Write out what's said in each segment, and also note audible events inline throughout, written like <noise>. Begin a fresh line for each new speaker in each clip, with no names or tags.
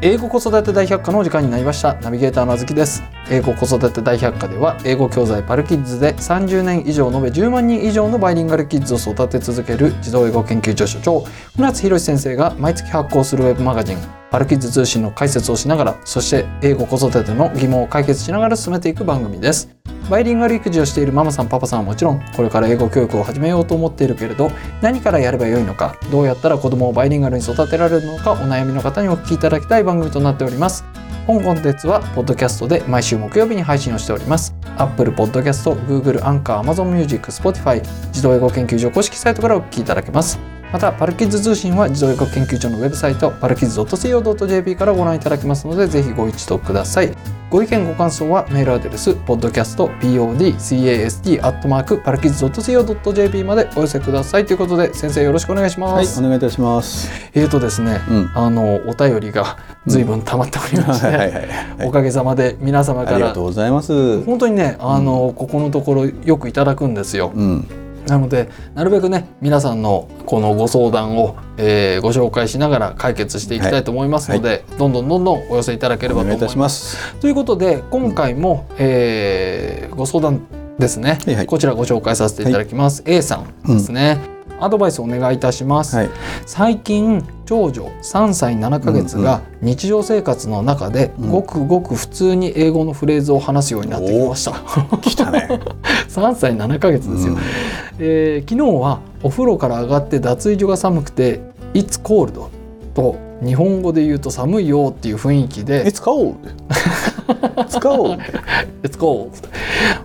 英語子育て大百科のお時間になりましたナビゲーターのあずきです英語子育て大百科では英語教材パルキッズで30年以上延べ10万人以上のバイリンガルキッズを育て続ける児童英語研究所所長船津博史先生が毎月発行するウェブマガジンパルキッズ通信の解説をしながらそして英語子育ての疑問を解決しながら進めていく番組ですバイリンガル育児をしているママさんパパさんはもちろんこれから英語教育を始めようと思っているけれど何からやればよいのかどうやったら子供をバイリンガルに育てられるのかお悩みの方にお聞きいただきたい番組となっております本コンテンツはポッドキャストで毎週木曜日に配信をしております Apple Podcast、Google、アンカー、Amazon Music、Spotify 児童英語研究所公式サイトからお聞きいただけますまたパルキッズ通信は児童英語研究所のウェブサイトパルキッズ .co.jp からご覧いただけますのでぜひご一読くださいご意見ご感想はメールアドレス podcastpodcast.parkids.co.jp までお寄せくださいということで先生よろしくお願いしま
はい、
す、
お願いいたします。
えーとですね
うん。
あのお便りが随分溜まっておりまして、
<laughs> はいはいはい。
おかげさまで皆様
あ
か
りが
ら
とうございます。う
本当にねあの、ここのところよくいただくんですよ
ん。
なのでなるべくね皆さんのこのご相談を、えーご紹介しながら解決していきたいと思いますので、どんどんどんどんお寄せいただけれ
お
ばと
願いい
思い
た
ま
し
す。
ます。
ということで今回も、えーご相談ですね、
はいはい
こちらご紹介させていただきます、A さんですね、アドバイスお願いいたします、
はい。
最近長女3歳7ヶ月が日常生活の中で
うん
ごくごく普通に英語のフレーズを話すようになってきました、 <laughs>
来たね。
3歳7ヶ月ですよ、
うん
えー昨日はお風呂から上がって脱衣所が寒くて「It's cold」と日本語で言うと寒いよっていう雰囲気
え、
で
使おう。使おう。
「It's cold」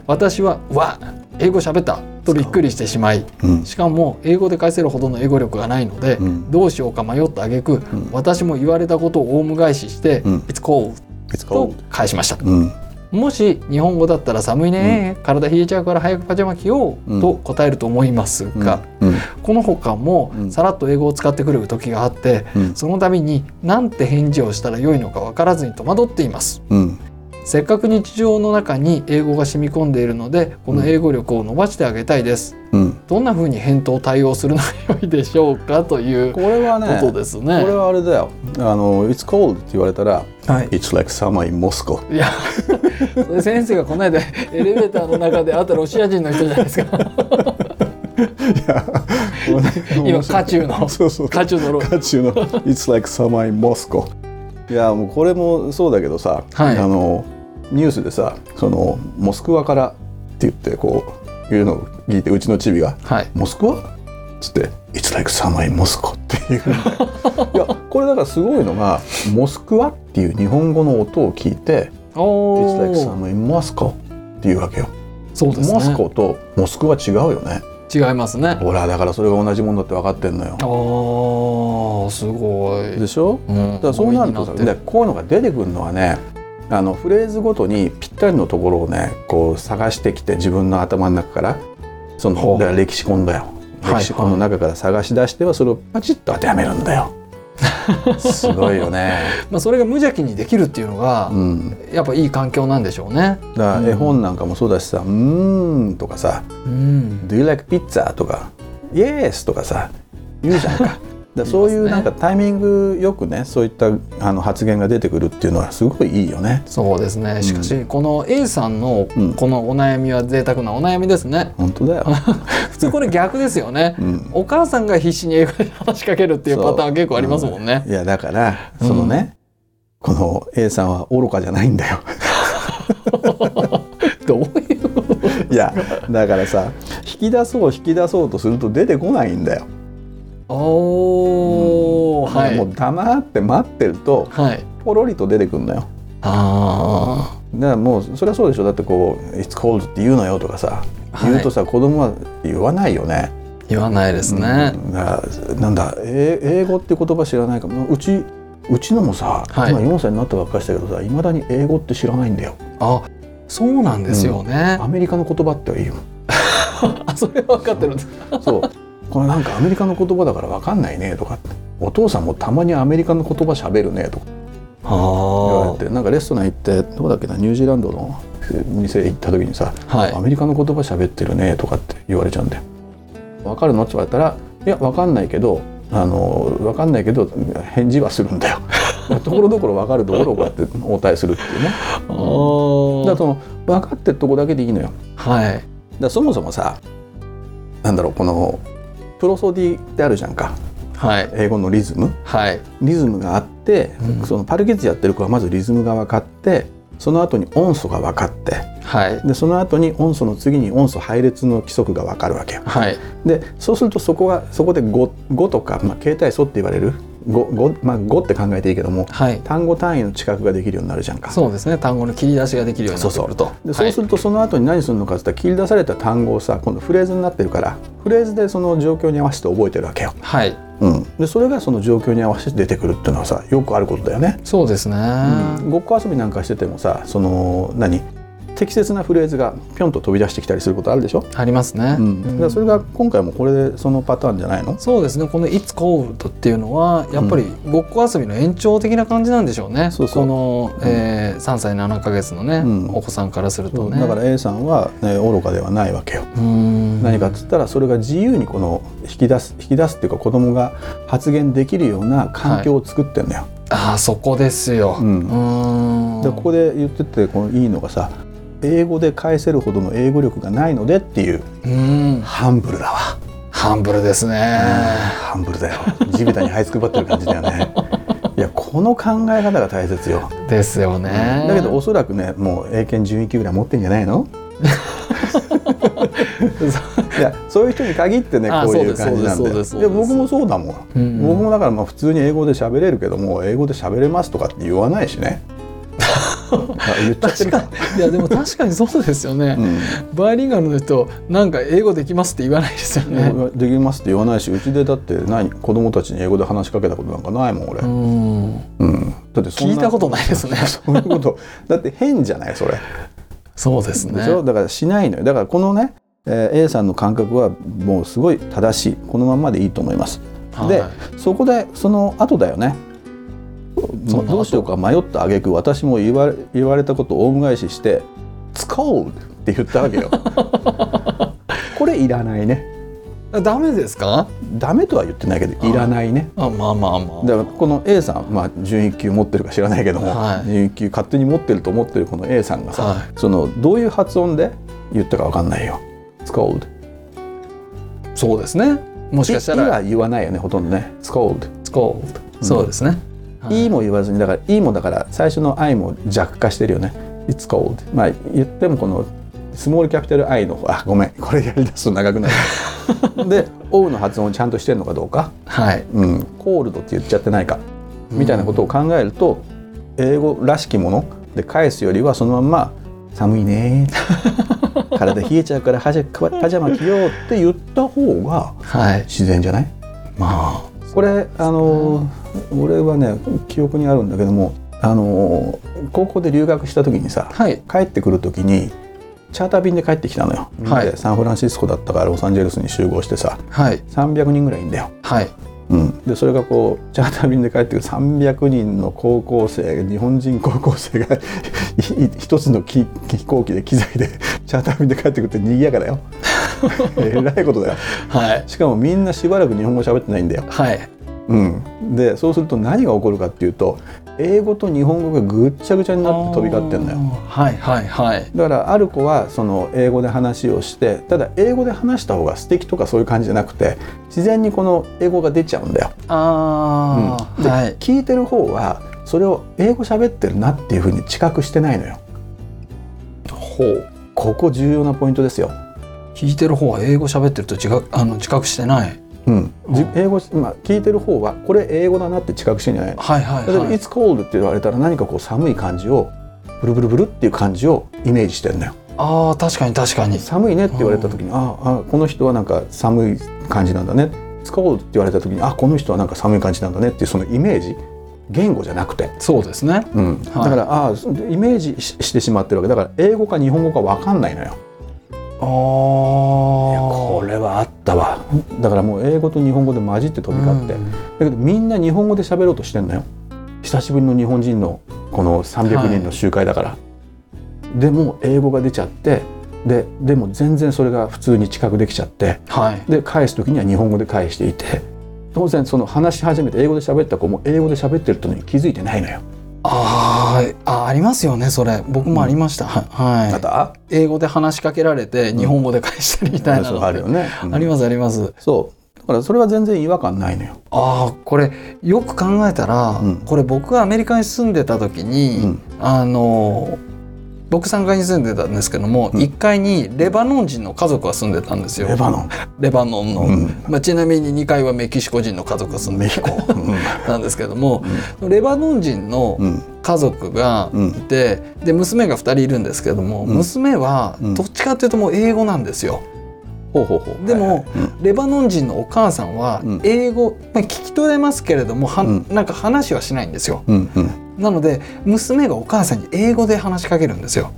私は「わ英語喋った」とびっくりしてしまい
うん。
しかも英語で返せるほどの英語力がないので、
うん
どうしようか迷った挙句、
ん
私も言われたことをオウム返しして「
うん
It's cold」
It's
と
cold.
返しました。
うん。
もし日本語だったら寒いね、体冷えちゃうから早くパジャマ着よう、
うん
と答えると思いますが、
うん。
この他も
うん
さらっと英語を使ってくる時があって、
うん。
その度に何て返事をしたらよいのか分からずに戸惑っています
うん。
せっかく日常の中に英語が染み込んでいるのでこの英語力を伸ばしてあげたいです、
うん。
どんな風に返答対応するのが良いでしょうかという
こ
こ
れはね。
とですね
これはあれだよ。あの、it's cold って言われたら、
はい
it's like summer in Moscow。
いやそれ先生がこの間エレベーターの中であったロシア人の人じゃないですか今渦中の
<laughs> そうそう。
渦中のロ
渦中の「It's like summer in Moscow」いやもうこれもそうだけどさ、
はい
あのニュースでさその「モスクワから」って言ってこう言うのを聞いてうちのチビが
はい
「モスクワ?」っつって「It's like summer in Moscow」ってい
<laughs>
うのねいやこれだからすごいのが「モスクワ」っていう日本語の音を聞いて「
おー
It's like summer in Moscow」っていうわけよ。
そうです
モス
ね
コとモスクワ違うよね。
違いますね
ほらだからそれが同じもんだって分かってんのよ。
あーすごい
でしょ
うん
だからそうなるとさでこういうのが出てくるのはねあのフレーズごとにぴったりのところをねこう探してきて自分の頭の中からそ
ほ
の
う
だから歴史本だよ
はい
歴史本の中から探し出してはそれをパチッと当てはめる
<laughs>
んだよ。すごいよね、
まあ、それが無邪気にできるっていうのが
う、ん、だ
やっぱいい環境なんでしょうね。
から絵本なんかもそうだしさ「うーん」とかさ
うん、
Do you like pizza? とか Yes とかさ言うじゃ
<laughs>
んかだからそうい
言
う
いま
な
すね
んかタイミングよくねそういったあの発言が出てくるっていうのはすごいいいよね
そうですね。しかし、この A さんの
うん
このお悩みは贅沢なお悩みですね。
本当だよ、
普通これ逆ですよね。
うん、
お母さんが必死に英語で話しかけるっていうパターン結構ありますもんね。
いやだから
うん
そのね、この A さんは愚かじゃないんだよ <laughs>
どういう
いやだからさ引き出そう引き出そうとすると出てこないんだよ、
おお、は
も
い。
う黙って待ってると
はい。
ポロリと出てくるんだよ
あ
だからもうそれはそうでしょだってこう「It's cold」って言うのよとかさ
はい
言うとさ、子供は言わないよね
あ、言わないですね
う。んだからなんだえ英語って言葉知らないかもうちうちのもさ、
はい
今4歳になったばっかりしたけどさいまだに英語って知らないんだよ
あ、そうなんですよね。
アメリカの言葉っていいよ
あ、それは分かってるんです。
そうこれなんかアメリカの言葉だからわかんないねとかってお父さんもたまにアメリカの言葉喋るねとか言わ
あ
れてなんかレストラン行ってどこだっけなニュージーランドの店行った時にさ、
あ、はい
ア。メリカの言葉喋ってるねとかって言われちゃうんだよ。わかる
<laughs>
のって言われたらいやわかんないけどあのわかんないけど返事はするんだよ。ところどころ分かるところをこうやって応対するっていうね
あ
だから
ー
その分かってるとこだけでいいのよだか
はい
らそもそもさなんだろうこのプロソディってあるじゃんか
はい
英語のリズム
はい
リズムがあって、
うん
そのパルキッズやってる子はまずリズムが分かってその後に音素が分かって
はい
でその後に音素の次に音素配列の規則が分かるわけよ。
はい
でそうするとそこがそこで 5, 5とか、まあ、形態素って言われる 5, 5まあ、5って考えていいけども
はい
単語単位の知覚ができるようになるじゃんか。
そうですね単語の切り出しができるようになってくると
でそうするとその後に何するのかって言ったら切り出された単語をさ今度フレーズになってるからフレーズでその状況に合わせて覚えてるわけよ。
はい、はい、
うん、でそれがその状況に合わせて出てくるっていうのはさよくあることだよね。
そうですね、
うんごっこ遊びなんかしててもさその何適切なフレーズがぴょんと飛び出してきたりすることあるでしょ、
ありますね、
うん、だからそれが今回もこれでそのパターンじゃないの
そうですねこの「It's cold」っていうのはやっぱりごっこ遊びの延長的な感じなんでしょうね、
そうそ
こ
う
の、えー3歳7ヶ月のね、
うん
お子さんからする
そ
と
う
ね
だから A さんは、ね、愚かではないわけよ。
うーん
何かっつったらそれが自由にこの引き出す引き出すっていうか子供が発言できるような環境を作ってんだよ。
ああそこですよ、
うん
うーん
でここで言っててこのいいのがさ英語で返せるほどの英語力がないのでっていう
うーん
ハンブルだわ。
ハンブルですね、
ハンブルだよ地べたに這いつくばってる感じだよ
<laughs>
ねいやこの考え方が大切よ、
ですよね、
だけどおそらくねもう英検準1級ぐらい持ってんじゃな
<laughs>
いのいやそういう人に限ってね
あ
こういう
そう
感
です
じなん
そ
で
うですそうです
いや僕もそうだもん、
うん
僕もだからまあ普通に英語で喋れるけども英語で喋れますとかって言わないし
<laughs>
ねあ言っちゃっ
確
てる
か
か、
にいやでも確かにそうですよね、
うん
バイリンガルの人なんか英語できますって言わないですよね、
できますって言わないしうちでだって何子供たちに英語で話しかけたことなんかないもん俺、
う
うん
ん
だってそん
聞いたことないですね
<laughs> そういうことだって変じゃないそれ
そうです
で
ね
しょだからしないのよだからこのね、えー A さんの感覚はもうすごい正しいこのままでいいと思います、
はい
でそこでその後だよね
その後
どうしようか迷った挙句私も言われ言われたことを恩返しして「使おう!」って言ったわ
<laughs>
けよこれいらないね
あダメですか
ダメとは言ってないけどいらないね
あまあまあまあ
だからこの A さん、まあ、準1級持ってるか知らないけども、
はい
準1級勝手に持ってると思ってるこの A さんがさ、
はい
そのどういう発音で言ったかわかんないよ使おうで
そうですねも
も
しかしたら
は言わないよねほとんどね使おうで
「cold」そうですね、
いいも言わずにだからいいもだから最初の I も弱化してるよね It's cold まあ言ってもこのスモールキャピタル I のあごめんこれやりだすと長くな
<laughs>
るで O の発音をちゃんとしてるのかどうか
はい
うん、コールドって言っちゃってないかみたいなことを考えると、英語らしきもので返すよりはそのまんま「寒いね」 <laughs> 「体冷えちゃうからパジャパジャマ着よう」って言った方が
はい
自然じゃない
ま
これあの俺はね記憶にあるんだけどもあの高校で留学した時にさ
あはい
帰ってくる時にチャーター便で帰ってきたのよ。
はい
でサンフランシスコだったからロサンゼルスに集合してさ
はい
300人ぐらいいんだよ。
はい
うん、でそれがこうチャーター便で帰ってくる300人の高校生日本人高校生が <laughs> いい一つの機飛行機で機材でチャーター便で帰ってくるって賑やか <laughs> だよえらいことだよ
はい
しかもみんなしばらく日本語喋ってないんだよ、
はい
うん、でそうすると何が起こるかっていうと英語と日本語がぐっちゃぐちゃになって飛び交ってんだよ
はいはいはい
だからある子はその英語で話をしてただ英語で話した方が素敵とかそういう感じじゃなくて自然にこの英語が出ちゃうんだよ
ああ、
で
はい
聞いてる方はそれを英語喋ってるなっていうふうに知覚してないのよ
ほう
ここ重要なポイントですよ、
聞いてる方は英語喋ってると自覚あの自覚してない
うんじ
うん
英語、まあ、聞いてる方はこれ英語だなって知覚してんじゃない
はいはい
例えば「
はい
It's cold」って言われたら何かこう寒い感じをブルブルブルっていう感じをイメージしてるのよ
ああ確かに確かに
寒いねって言われた時にああこの人はなんか寒い感じなんだね「It's cold」って言われた時にあこの人はなんか寒い感じなんだねっていうそのイメージ言語じゃなくて
そうですね
うん、だ
はい
からああそイメージししてしまってるわけだから英語か日本語か分かんないのよ
あこ
れはあったわだからもう英語と日本語で混じって飛び交って、だけどみんな日本語で喋ろうとしてんのよ久しぶりの日本人のこの300人の集会だから、でも英語が出ちゃってででも全然それが普通に知覚できちゃって
はい
で返す時には日本語で返していて当然その話し始めて英語で喋った子も英語で喋ってるってのに気づいてないのよ。
あーあありますよねそれ僕もありました、は
あ
は
っ
い
た
英語で話しかけられて日本語で返したりみたいな
そ
の
うあるよね。うん
ありますあります
そうだからそれは全然違和感ないのよ。
ああこれよく考えたら、
うん
これ僕がアメリカに住んでた時に、
うん
あの僕3階に住んでたんですけども、
うん
1階にレバノン人の家族が住んでたんですよ
レバノン、
レバノンの、
うん
まあ、ちなみに2階はメキシコ人の家族が住ん
メ
で
ヒコ、
たんですけども、レバノン人の
うんうん
家族が
うん
いて、で娘が2人いるんですけども、
うん
娘は
うん
どっちかっていうともう英語なんですよ。
ほうほうほう。
でも、
はいはいうん
レバノン人のお母さんは
うん
英語、まあ、聞き取れますけれどもは、
うん
なんか話はしないんですよ
うんうん
なので娘がお母さんに英語で話しかけるんですよ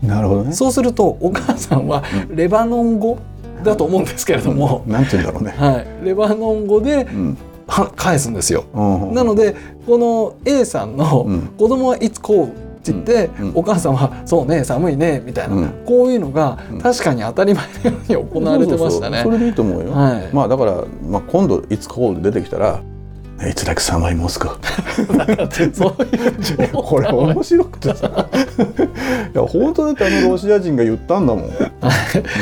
なるほどね。
そうするとお母さんはレバノン語だと思うんですけれども、
なんて言うんだろうね。
はい、レバノン語で
うん
は返すんですよ
うん
なのでこの A さんの
うん
「子供はいつこう」って言って、
うんうん
お母さんは「そうね寒いね」みたいな、
うん
こういうのが
うん
確かに当たり前のように行われてましたね。
そうそうそうそれでいいと思うよ。
はい
まあだから、まあ、今度いつこう出てきたら「いつだけ寒いモ
<laughs>
スク」
そういう情報
これ面白くてさ
<laughs>
いや本当だってあのロシア人が言ったんだもん。
<laughs>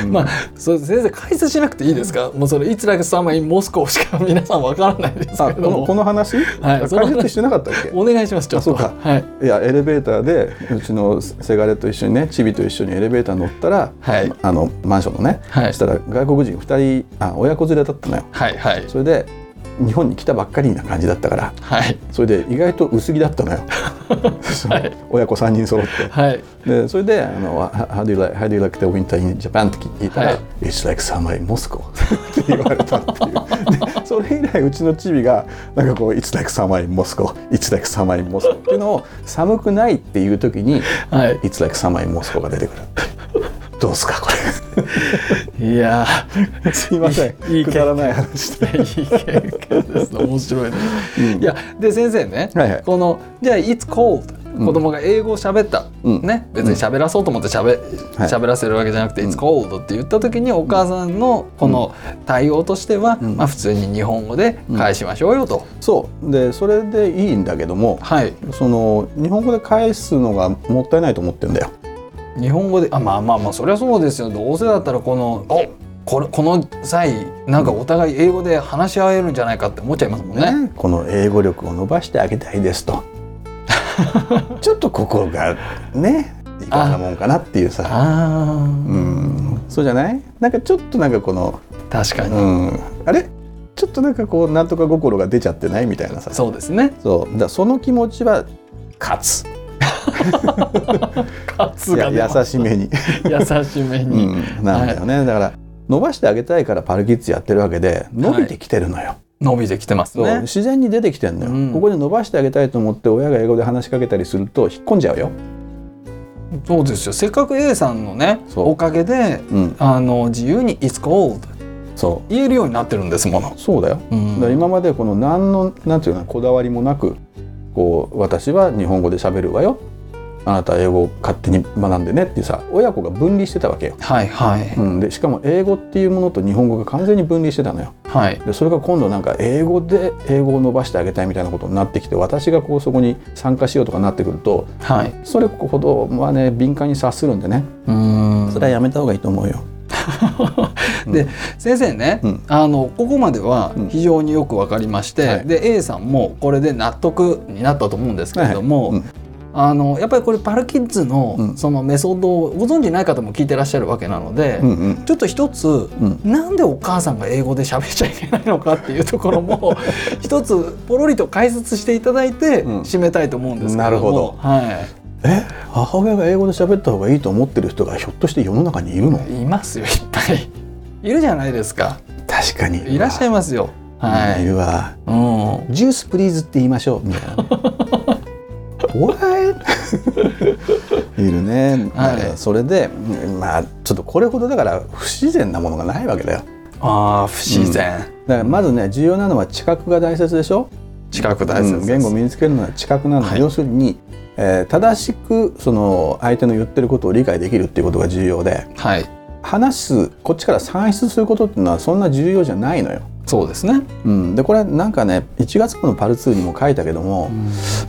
うん
まあそう先生解説しなくていいですかもうそれいつだけ様にモスコーしか皆さんわからないです
あ
け
こ
ど
のこ
も
の話、
はいその
解説してなかったっけ
お願いしますちょっと
あそう
はい
いやエレベーターでうちのせがれと一緒にねチビと一緒にエレベーター乗ったら、
はい
あのマンションのね、
はい
そしたら外国人2人あ親子連れだったのよ
はいはい
それで日本に来たばっかりな感じだったから
はい
それで意外と薄着だった
<laughs>
のよ、その親子3人揃って
はい
でそれであの「How do you like, how do you like the winter in Japan?」って聞いたら
は
「
い
It's like summer in Moscow」って <laughs> 言われたっていうでそれ以来うちのチビがなんかこう「It's like summer in Moscow」「It's like summer in Moscow」っていうのを寒くないっていう時に
はい
「It's like summer in Moscow」が出てくるどうすかこ
いや
れすいません
いいいい
くだらない話で
ーいい経験ですね面白いね、
うん
いやで先生ね、
はいはい
このじゃあ「It's cold」子供が英語を喋った、
うん
ね、別に喋らそうと思って喋、
はい
喋らせるわけじゃなくて「It's cold」って言った時にお母さんのこの対応としては、
ん
まあ、普通に日本語で返しましょうよと、
そうでそれでいいんだけども
はい
その日本語で返すのがもったいないと思ってんだよ
日本語であまあまあまあそりゃそうですよどうせだったらこの「おこれこの際なんかお互い英語で話し合えるんじゃないかって思っちゃいますもんね。
ね、この英語力を伸ばしてあげたいで
<laughs>
すとちょっとここがねいかがなもんかなっていうさ
あー
うんそうじゃないなんかちょっとなんかこの、
確か
う
に、
ん、あれちょっとなんかこうなんとか心が出ちゃってないみたいなさ
そうですね。
そうだからその気持ちは
<laughs>
勝つ
圧が
いや
出
優
ま
しめに、
す優しめに、
うん、なんだよね、だから伸ばしてあげたいからパルキッズやってるわけで伸びてきてるのよ、
伸びてきてます
そう
ね。
自然に出てきてんのよ、
うん
ここで伸ばしてあげたいと思って親が英語で話しかけたりすると引っ込んじゃうよ、
そうですよ。せっかく A さんのね
そう
おかげで
うん、
あの自由に「It's cold」
そ
言えるようになってるんですもの
う。そうだよ、
うん
だから今までこの何のなんていうのこだわりもなくこう私は日本語で喋るわよあなたは英語を勝手に学んでねっていうさ親子が分離してたわけよ、
はいはい、
うん、でしかも英語っていうものと日本語が完全に分離してたのよ
はい。
でそれが今度なんか英語で英語を伸ばしてあげたいみたいなことになってきて私がこうそこに参加しようとかなってくると
はい。
それほどはね敏感に察するんでね
うーん
それはやめた方がいいと思うよ。
で先生ね、
うん
あのここまでは非常によく分かりまして、
はい
で A さんもこれで納得になったと思うんですけれども、
はいうん
あのやっぱりこれパルキッズ
う
の
ん
そのメソッドをご存じない方も聞いてらっしゃるわけなので、
うんうん
ちょっと一つ
うん
なんでお母さんが英語で喋っちゃいけないのかっていうところ
<laughs>
も一つポロリと解説していただいて
うん
締めたいと思うんですけれども、
なるほど
は
え母親が英語で喋った方がいいと思ってる人がひょっとして世の中にいるの
い、いますよいっぱいいるじゃないですか
確かに
いらっしゃいますよはい
いるわ
うん
ジュースプリーズって言いましょうみたいな What？いるね、
はい
まあそれでうんまあちょっとこれほどだから不自然なものがないわけだよ
ああ不自然、
だからまずね重要なのは知覚が大切でしょ
近く大切です、
うん言語を身につけるのは知覚なの、
はい
要するに、えー正しくその相手の言ってることを理解できるっていうことが重要で
はい
話すこっちから算出することっていうのはそんな重要じゃないのよ。
そうですね。
うん、でこれなんかね1月号のパル2にも書いたけども、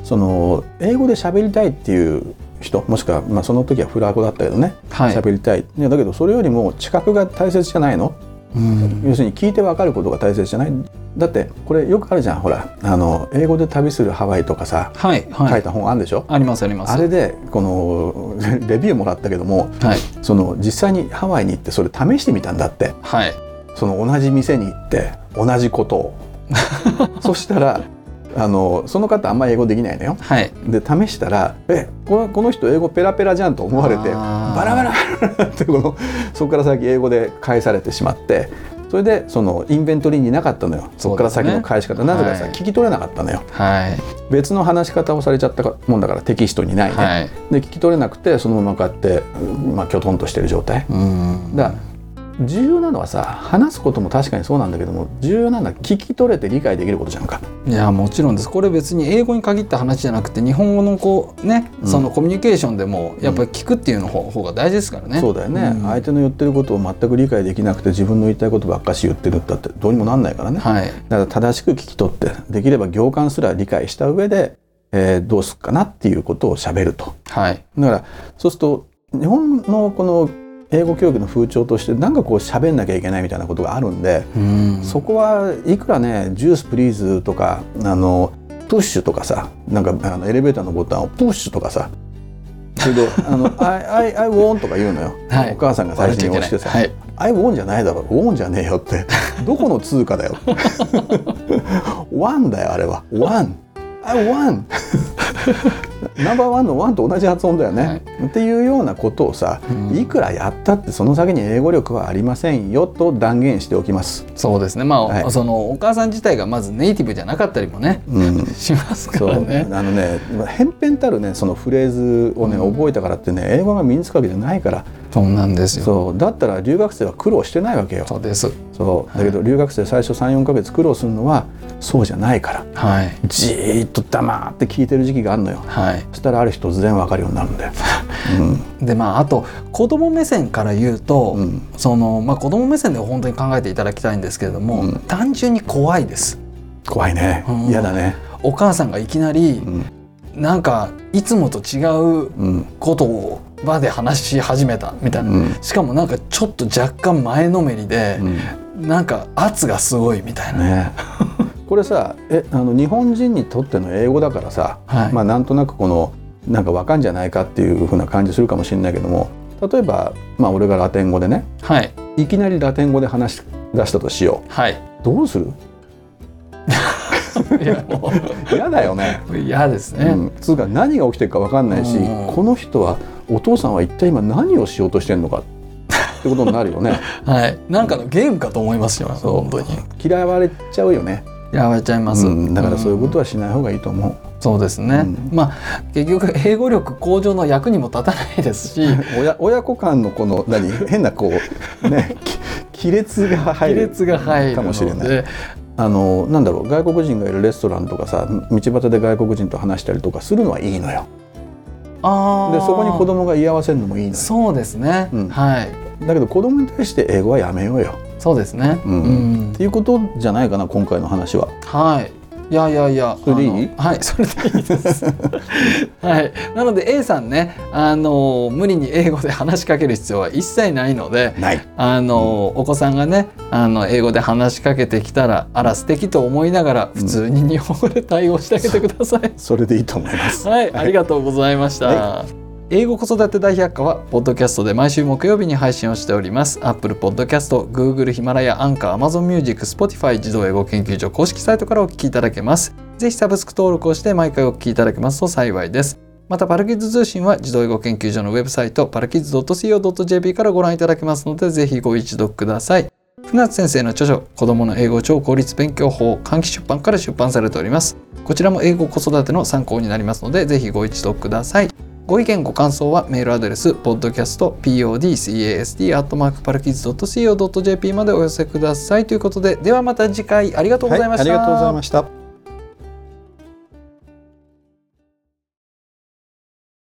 その英語で喋りたいっていう人もしくは、まあ、その時はフラアコだったけどね
はい
喋、りたいいやだけどそれよりも知覚が大切じゃないの
うん
要するに聞いて分かることが大切じゃないだってこれよくあるじゃんほらあの英語で旅するハワイとかさ
はいは
書
い
い。た本あるでしょ、
ありますあります。
あれでこのレビューもらったけども
はい
その実際にハワイに行ってそれ試してみたんだって
はい。
その同じ店に行って同じこ
<laughs>
とをそしたらあのその方あんま英語できないのよ
はい。
で試したら「えこのこの人英語ペラペラじゃん」と思われて
あー
バラバラバラバラ <laughs> ってこのそこから先英語で返されてしまってそれでそのインベントリーになかったのよそこから先の返し
そ
方、
うですね
なぜかさ、
はい
聞き取れなかったのよ
はい
別の話し方をされちゃったもんだからテキストにないね、
はい。
で聞き取れなくてそのままこうやって、うんまあ、きょとんとしてる状態
うん
だから重要なのはさ話すことも確かにそうなんだけども重要なのは聞き取れて理解できることじゃんか
いやもちろんですこれ別に英語に限った話じゃなくて日本語のこうね、
うん
そのコミュニケーションでもやっぱり聞くっていうの方,、方が大事ですからね
そうだよね、
ん
相手の言ってることを全く理解できなくて自分の言いたいことばっかし言ってるんだってどうにもなんないからね、
はい
だから正しく聞き取ってできれば行間すら理解した上で、えーどうするかなっていうことをしゃべると
はい
だからそうすると日本のこの英語教育の風潮としてなんかこう喋んなきゃいけないみたいなことがあるんで、
うん
そこはいくらねジュースプリーズとかあのプッシュとかさなんかあのエレベーターのボタンをプッシュとかさそ
<laughs>
れで「あの I, I, I won」とか言うのよ、
はい
お母さんが最初に押してさ「
はい
I won」じゃないだろ「won」じゃねえ
<laughs>
よってどこの通貨だよ「one」だよあれは「one」「I <laughs> won」ナンバーワンのワンと同じ発音だよね、
はい
っていうようなことをさ、
うん
いくらやったってその先に英語力はありませんよと断言しておきます。
そうですねまあ、
はい
そのお母さん自体がまずネイティブじゃなかったりもね
うん
<laughs> しますか
そ
ら
うね
ね、
あのね偏偏たるねそのフレーズをね、
うん
覚えたからってね英語が身につくわけじゃないから
そうなんですよそう
そうだったら留学生は苦労してないわけよ
です
そうだけど留学生最初34ヶ月苦労するのはそうじゃないから
はい
じーっと黙って聞いてる時期があるのよ
はい
そしたらある日突然わかるようになるんだよ、
でまああと子供目線から言うと、
うん
そのまあ子供目線で本当に考えていただきたいんですけれども、
うん
単純に怖いです
怖いね
うん
嫌だね
お母さんがいきなり
うん
なんかいつもと違う
うん
ことを場で話し始めたみたいな、
うん
しかもなんかちょっと若干前のめりで
う、ん
なんか圧がすごいみたいな、
ね <laughs> これさえあの日本人にとっての英語だからさ、
はい
まあ、なんとなくこのなんかわかんじゃないかっていう風な感じするかもしれないけども例えば、まあ、俺がラテン語でね
はい
いきなりラテン語で話し出したとしよ
は
う
い
どうする
いやも
嫌だよね。
う嫌です <laughs> ね、
うん、つうか何が起きてるかわかんないし、
うん
この人はお父さんは一体今何をしようとしてるのかってことになるよね
はいなんかのゲームかと思いますよ
そう
本当に
嫌われちゃうよね、
やめちゃいます、
うん、だからそういうこと
は
はしない方がいいと思う、
そうですね、
うん
まあ結局英語力向上の役にも立たないです
<laughs>
し
親親子間のこの
<laughs>
何変なこうねき亀裂が入
亀
る
裂が入るので
かもしれないあのなんだろう外国人がいるレストランとかさ道端で外国人と話したりとかするのはいいのよ
あ
でそこに子
供
供が居合わせるのもいいのよ
そうですね、
うん
はい
だけど子供に対して英語はやめようよ
そうですね
う
う
ん
ん
っていうことじゃないかな今回の話は
はい。いやいやいや。
それでいい
あのはい、それでいい
<laughs>
です。はい。なので A さんね、あの無理に英語で話しかける必要は一切ないので、
ない
あのお子さんがね、あの英語で話しかけてきたら、あら素敵と思いながら普通に日本語で対応してあげてください。
それでいいと思います
はい、ありがとうございました。
は
英語子育て大百科はポッドキャストで毎週木曜日に配信をしております Apple Podcast、Google、ヒマラヤ、アンカー、Amazon Music、Spotify 自動英語研究所公式サイトからお聞きいただけますぜひサブスク登録をして毎回お聞きいただけますと幸いですまたパルキッズ通信は自動英語研究所のウェブサイトパルキッズ .co.jp からご覧いただけますのでぜひご一読ください船津先生の著書子供の英語超効率勉強法換気出版から出版されておりますこちらも英語子育ての参考になりますのでぜひご一読くださいご意見ご感想はメールアドレス podcastpodcast.co.jp までお寄せくださいということでではまた次回ありがとうございました、
はいありがとうございました